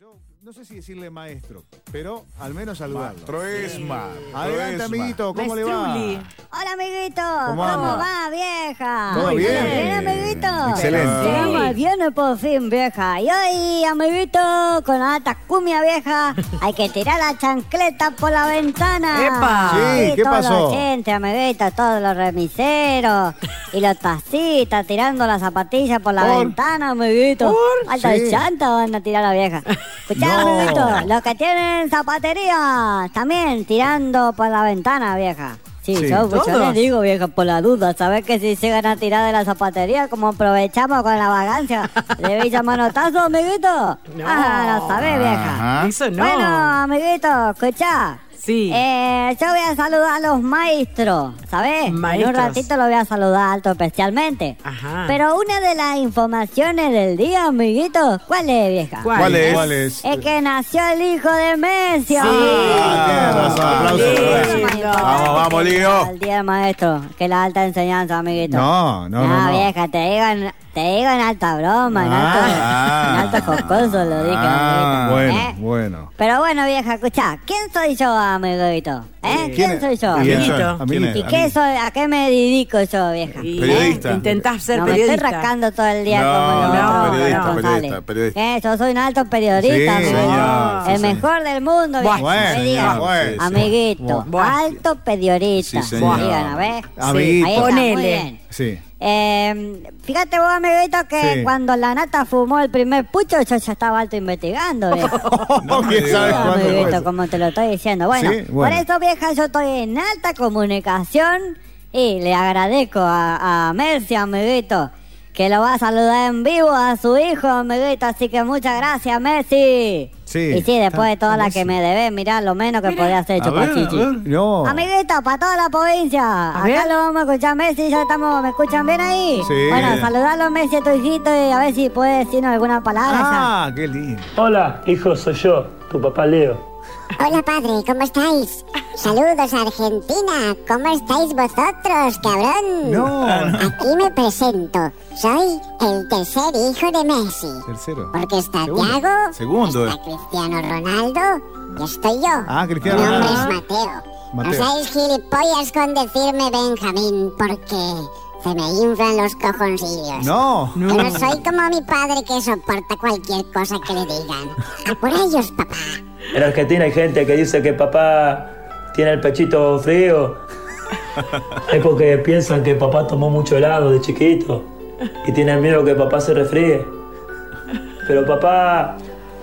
yo no sé si decirle maestro, pero al menos saludarlo. Troesma. Adelante, amiguito, ¿cómo le va? Maestruli. Hola, amiguito. ¿Cómo ¿Cómo, anda? va, vieja? ¿Todo Muy bien? amiguito. Excelente. Llegamos al viernes por fin, vieja. Y hoy, amiguito, con la alta cumbia vieja, hay que tirar la chancleta por la ventana. ¡Epa! Sí, ¿qué todos pasó? los oyentes, amiguito, todos los remiseros y los tacitas tirando las zapatillas por la ¿Por? ventana, amiguito. Alta Sí. chanta van a tirar la vieja. Escuchá, No. amiguito, los que tienen zapatería también tirando por la ventana, vieja. Sí, Sí. yo, yo Todos. les digo, vieja, por la duda, ¿sabes que si llegan a tirar de la zapatería, como aprovechamos con la vacancia, le veis manotazo, amiguito? No. Ah, lo sabés, vieja. ¿Ah? Ajá. Eso no. Bueno, amiguito, escuchá. Sí. Eh, yo voy a saludar a los maestros, ¿sabes? En Maestros. Ah. un ratito lo voy a saludar alto especialmente. Ajá. Pero una de las informaciones del día, amiguito, ¿cuál es, vieja? ¿Cuál? ¿Cuál es? ¿Cuál es? Es que nació el hijo de Messi. Ah, tiene razón. Aplausos Sí, para lo más Lío. importante Vamos, vamos, que Lío. era El día del maestro, que la alta enseñanza, amiguito. No, no, no, Ah, no. vieja, te digo, en, te digo en alta broma, en alto, Ah. en alto jocoso lo dije, Ah, amiguito. Bueno, ¿eh? bueno. Pero bueno, vieja, escuchá, ¿quién soy yo, amiguito? ¿Eh? ¿Quién ¿Quién es? soy yo? ¿Y Bien. Amiguito. Son- Amiguito. ¿Quién ¿Y es? qué soy? ¿A qué me dedico yo, vieja? Y- Periodista. Intentás ser no me periodista. estoy rascando todo el día No, como el no, otro, periodista, Gonzalo periodista, González. periodista. Eh, yo soy un alto periodista, Sí, amiguito. señor, sí, el señor. mejor del mundo, Bueno, viejo, me señor, digan. bueno. amiguito, Bueno. alto periodista, Sí, señor. me digan, a ver. Amiguito. Ahí está, muy Ponele. bien. Sí. Eh, fíjate vos, amiguito, que Sí. cuando la nata fumó el primer pucho, yo ya estaba alto investigando, viejo. No me ¿Quién digas. sabe Ah, cuándo amiguito, fue eso? como te lo estoy diciendo. Bueno, Sí, bueno. por eso, vieja, yo estoy en alta comunicación y le agradezco a, a Mercy, amiguito, que lo va a saludar en vivo a su hijo, amiguito. Así que muchas gracias, Mercy. Sí, y sí, después de está- toda la que me debes, mirá, lo menos que podía hacer A ver, Chupachichi. a ver. No. Amiguito, para toda la provincia. Acá ver. lo vamos a escuchar, Messi. Ya estamos, ¿me escuchan bien ahí? Sí. Bueno, saludarlo, Messi, a tu hijito y a ver si puede decirnos alguna palabra. Ah, qué lindo. Hola, hijo, soy yo, tu papá Leo. Hola padre, ¿cómo estáis? Saludos Argentina, ¿cómo estáis vosotros, cabrón? No. Aquí me presento, soy el tercer hijo de Messi. Tercero. Porque está Segundo. Thiago, Segundo, está eh. Cristiano Ronaldo y estoy yo. Ah, Cristiano Mi nombre Ronaldo. es Mateo. Mateo. No seáis gilipollas con decirme Benjamín, porque se me inflan los cojoncillos. No. Yo no soy como mi padre que soporta cualquier cosa que le digan. A por ellos, papá. En Argentina hay gente que dice que papá tiene el pechito frío. Es porque piensan que papá tomó mucho helado de chiquito y tienen miedo que papá se resfríe. Pero papá,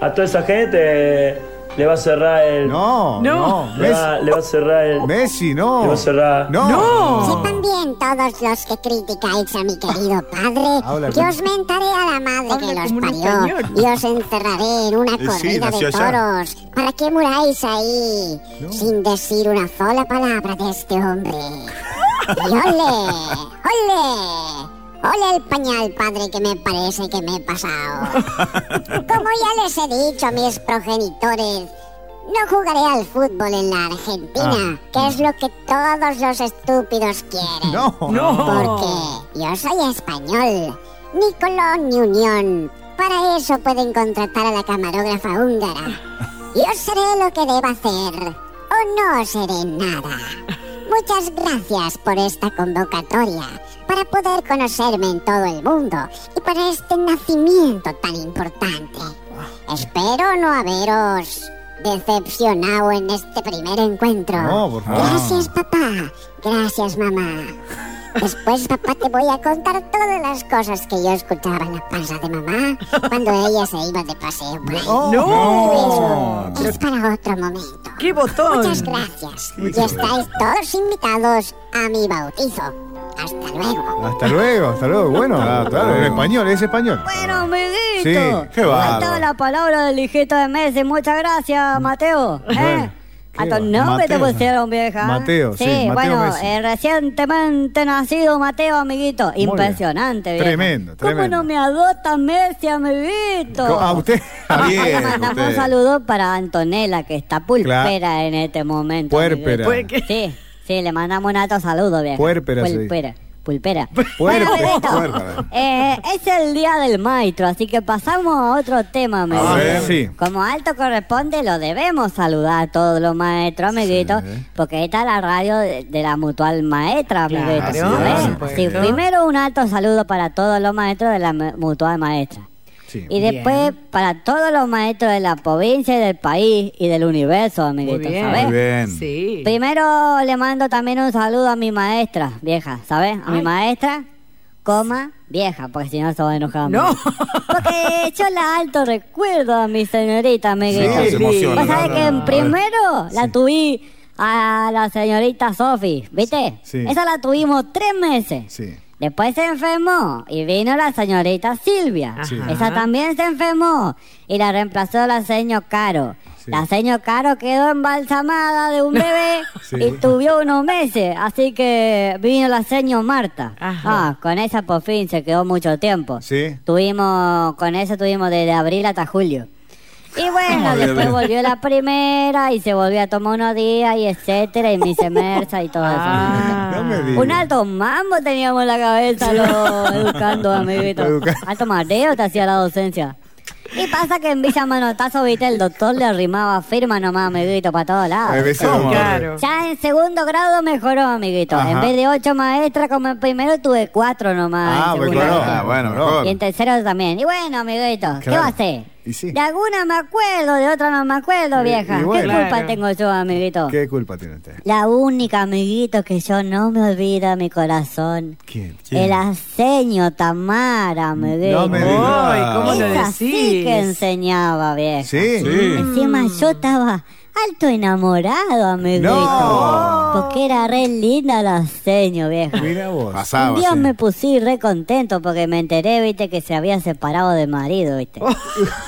a toda esa gente le va a cerrar el. No. No. No. Le Messi. va, le va a cerrar el. Messi, no. Le va a cerrar. No. Sepan bien todos los que criticáis a mi querido padre Habla que con- os mentaré a la madre que Habla los como un parió español. y os encerraré en una sí, corrida nació de allá. toros para que muráis ahí sin decir una sola palabra de este hombre. Y ole, ole, ole el pañal padre que me parece que me he pasado. Como ya les he dicho a mis progenitores, no jugaré al fútbol en la Argentina, que es lo que todos los estúpidos quieren. No. No. Porque yo soy español, ni Colón ni Unión. Para eso pueden contratar a la camarógrafa húngara. Yo seré lo que deba hacer, o no seré nada. Muchas gracias por esta convocatoria, para poder conocerme en todo el mundo y para este nacimiento tan importante. Espero no haberos decepcionado en este primer encuentro. No, por favor. Gracias, papá. Gracias, mamá. Después, papá, te voy a contar todas las cosas que yo escuchaba en la panza de mamá cuando ella se iba de paseo por ahí. Oh, No. Es para otro momento. ¡Qué botón! Muchas gracias. Y estáis todos invitados a mi bautizo. Hasta luego. Hasta luego, hasta luego. Bueno, ah, Hasta claro, en luego. español, es español. Bueno, amiguito. Sí, qué Ahí bárbaro. estaba la palabra del hijito de Messi. Muchas gracias, Mateo. Mm. ¿eh? Bueno, qué Hasta bárbaro. nombre te Mateo. pusieron, vieja. ¿eh? Mateo, sí, Mateo bueno, Messi. eh, recientemente nacido Mateo, amiguito. bien. Impresionante, vieja. Tremendo, tremendo. ¿Cómo no me adopta Messi, amiguito? A Ah, Ah, usted. Está Le bien, mandamos un usted. saludo para Antonella, que está pulpera en este momento. Puérpera. amiguito. Sí, sí, le mandamos un alto saludo, vieja. Puérpera, sí. Pulpera. pulpera. Puerco, Bebeto, puerco. eh, es el día del maestro, así que pasamos a otro tema, amiguito. A ver, sí. Como alto corresponde, lo debemos saludar a todos los maestros, amiguitos, porque esta es la radio de, de la mutual maestra, amiguitos. Claro, A ver, por sí, supuesto. primero un alto saludo para todos los maestros de la mu- mutual maestra. Sí. Y después para todos los maestros de la provincia y del país y del universo, amiguitos, bien. ¿sabes? Muy bien. Sí. Primero le mando también un saludo a mi maestra, vieja, ¿sabes? A mi maestra, coma, vieja, porque si no se va a enojar. No. Porque yo la alto recuerdo a mi señorita, amiguito. se emociona. Vos sabés que en primero la tuve a la señorita Sofi, ¿viste? Sí. Esa la tuvimos tres meses. Sí. Después se enfermó y vino la señorita Silvia. Sí. Esa también se enfermó y la reemplazó la señor Caro. Sí. La señor Caro quedó embalsamada de un bebé Sí. y tuvo unos meses, así que vino la señor Marta. Ajá. Ah, con esa por fin se quedó mucho tiempo. Sí. Tuvimos, con esa tuvimos desde abril hasta julio. Y bueno, Muy bien. después volvió la primera y se volvió a tomar unos días y etcétera y viceversa y todo eso. Ah. No me digas. Un alto mambo teníamos en la cabeza, lo educando, amiguito. Educa- Alto mateo te hacía la docencia. Y pasa que en Villa Manotazo, viste, el doctor le arrimaba firma nomás, amiguito, para todos Hay lados. veces ¿Cómo? donde- Ah, Claro. Ya en segundo grado mejoró, amiguito. Ajá. En vez de ocho maestras, como en primero tuve cuatro nomás. Ah, en mejoró. segundo grado. Ah, bueno, mejor. Y en tercero también. Y bueno, amiguito, ¿qué Claro. va a hacer? Y sí. De alguna me acuerdo, de otra no me acuerdo, Y- vieja. y ¿Qué bueno. culpa Claro. tengo yo, amiguito? ¿Qué culpa tiene usted? La única, amiguito, que yo no me olvido, mi corazón. ¿Quién? El aseño Tamara, amiguito. No me digas. Ay, ¿cómo lo Esa decís? sí que enseñaba, vieja. Sí. Encima yo estaba alto enamorado, amiguito. No. Porque era re linda la aseño, vieja. Mira vos. Pasaba. Un día Ah, sí. me puse re contento porque me enteré, viste, que se había separado de marido, viste.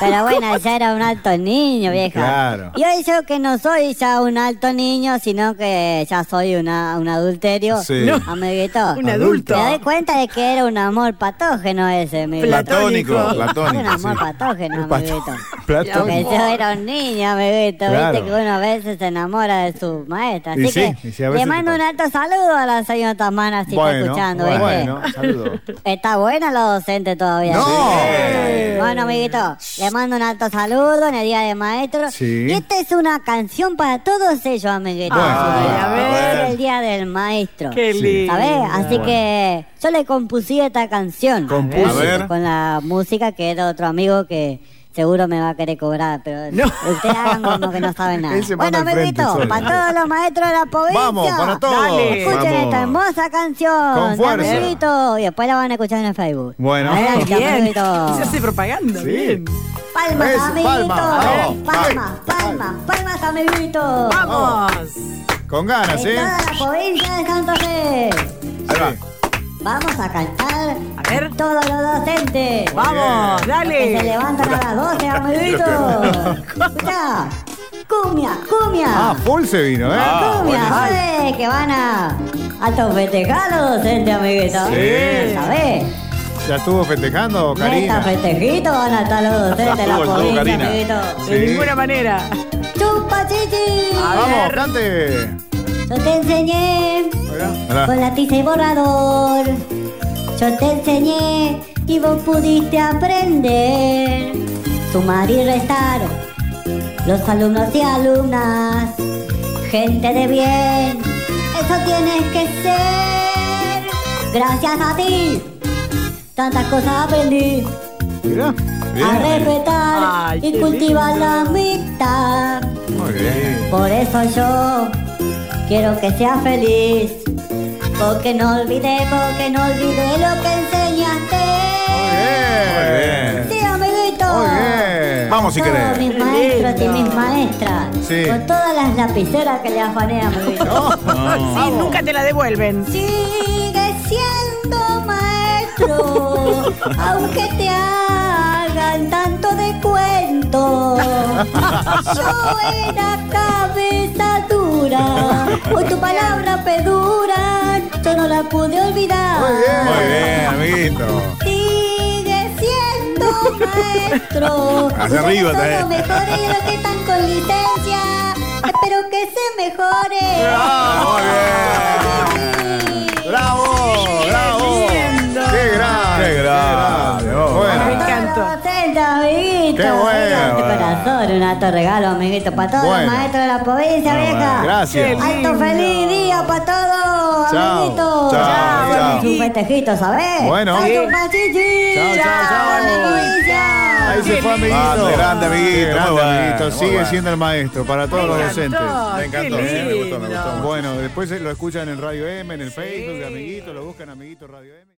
Pero bueno, ya era un alto niño, vieja. Claro. Y hoy yo que no soy ya un alto niño, sino que ya soy una, un adulterio. Sí. No. Amiguito. Un adulto. Me doy cuenta de que era un amor patógeno ese, amiguito. Platónico. un Platónico, amor sí. patógeno, amiguito. Platón. Porque yo era un niño, amiguito, Claro. viste que uno a veces se enamora de su maestra. Así Y sí, que y sí, a le veces mando te un alto saludo a la señora Tamana si está escuchando, bueno, ¿viste? bueno, saludo. Está buena la docente todavía. No. Sí. Bueno, amiguito, le mando un alto saludo en el Día de Maestro. Sí. Y esta es una canción para todos ellos, amiguito. Bueno, Por a ver. el Día del Maestro. Qué Sí. lindo. ¿Sabes? Así que yo le compusí esta canción. Compuso. A ver. Con la música que era otro amigo que seguro me va a querer cobrar, pero No. ustedes hagan como que no saben nada. Él se Bueno, manda al frente amiguito, solo. para todos los maestros de la provincia. Vamos, para todos. Dale. Escuchen Vamos. esta hermosa canción. Con fuerza. de amiguito, Y después la van a escuchar en el Facebook. Bueno. Adelante, Bien. amiguito. Se hace propaganda. Sí. Bien. Palmas, Eso, amiguito. palmas, vamos, palmas, palmas, palmas, amiguito. Vamos. Con ganas, En ¿eh? toda la provincia de Santa Fe. Ahí va. Vamos a cantar A ver. todos los docentes. Vamos. Que se Dale. levantan a las 12, amiguito. Escuchá. Cumbia, cumbia. Ah, full se vino, ¿eh? cumbia, ¿sabes? Que van a, a tofetejar los docentes, amiguito. Sí. ¿Sabes? ¿Ya estuvo festejando, Esta Karina? festejito van a estar los docentes, la Estuvo, estuvo, provincia, Karina. amiguito. De ninguna manera. ¡Chupa, chichi! Vamos, cante. Yo te enseñé Hola. con la tiza y borrador. Yo te enseñé y vos pudiste aprender. Sumar y restar los alumnos y alumnas. Gente de bien, eso tienes que ser. Gracias a ti, tantas cosas aprendí Mirá. a Bien. respetar Ay, y qué cultivar lindo. la amistad. Muy bien. Por eso yo quiero que seas feliz. Porque no olvidé, porque no olvidé lo que enseñaste. Muy bien. Sí, amiguito. Muy bien. Vamos si Todos querés. mis maestros y lindo. mis maestras. Sí. Con todas las lapiceras que le afané, amiguito. Sí, nunca te la devuelven. Sigue siendo maestro, aunque te hagan tanto de cuento. Yo era cabeza dura, hoy tu palabra pedura, yo no la pude olvidar. Muy bien. Muy bien, amiguito. Sigue siendo maestro. Hacia Ustedes arriba, son eh. los mejores y los que están con licencia. Espero que se mejore. Ah, muy bien. Sí. ¡Bravo! ¡Bravo! Qué bueno. Un corazón, un alto regalo, amiguito, para todos Bueno. los maestros de la provincia, Ah, vieja. Gracias. Qué Alto lindo. feliz día para todos, Chao, amiguitos. chao, Dale chao. Un festejito, ¿sabés? Bueno. Dale Sí. un pachichi. Chao, chao, chao. provincia. Ahí se Qué fue, lindo. amiguito. Grande, grande, amiguito. Grande, Muy bueno, amiguito. muy Sigue bueno. siendo el maestro para todos los docentes. Me encantó, qué eh, me gustó, me lindo. gustó. Bueno, después eh, lo escuchan en Radio M, en el Facebook, de amiguito, lo buscan amiguito Radio M.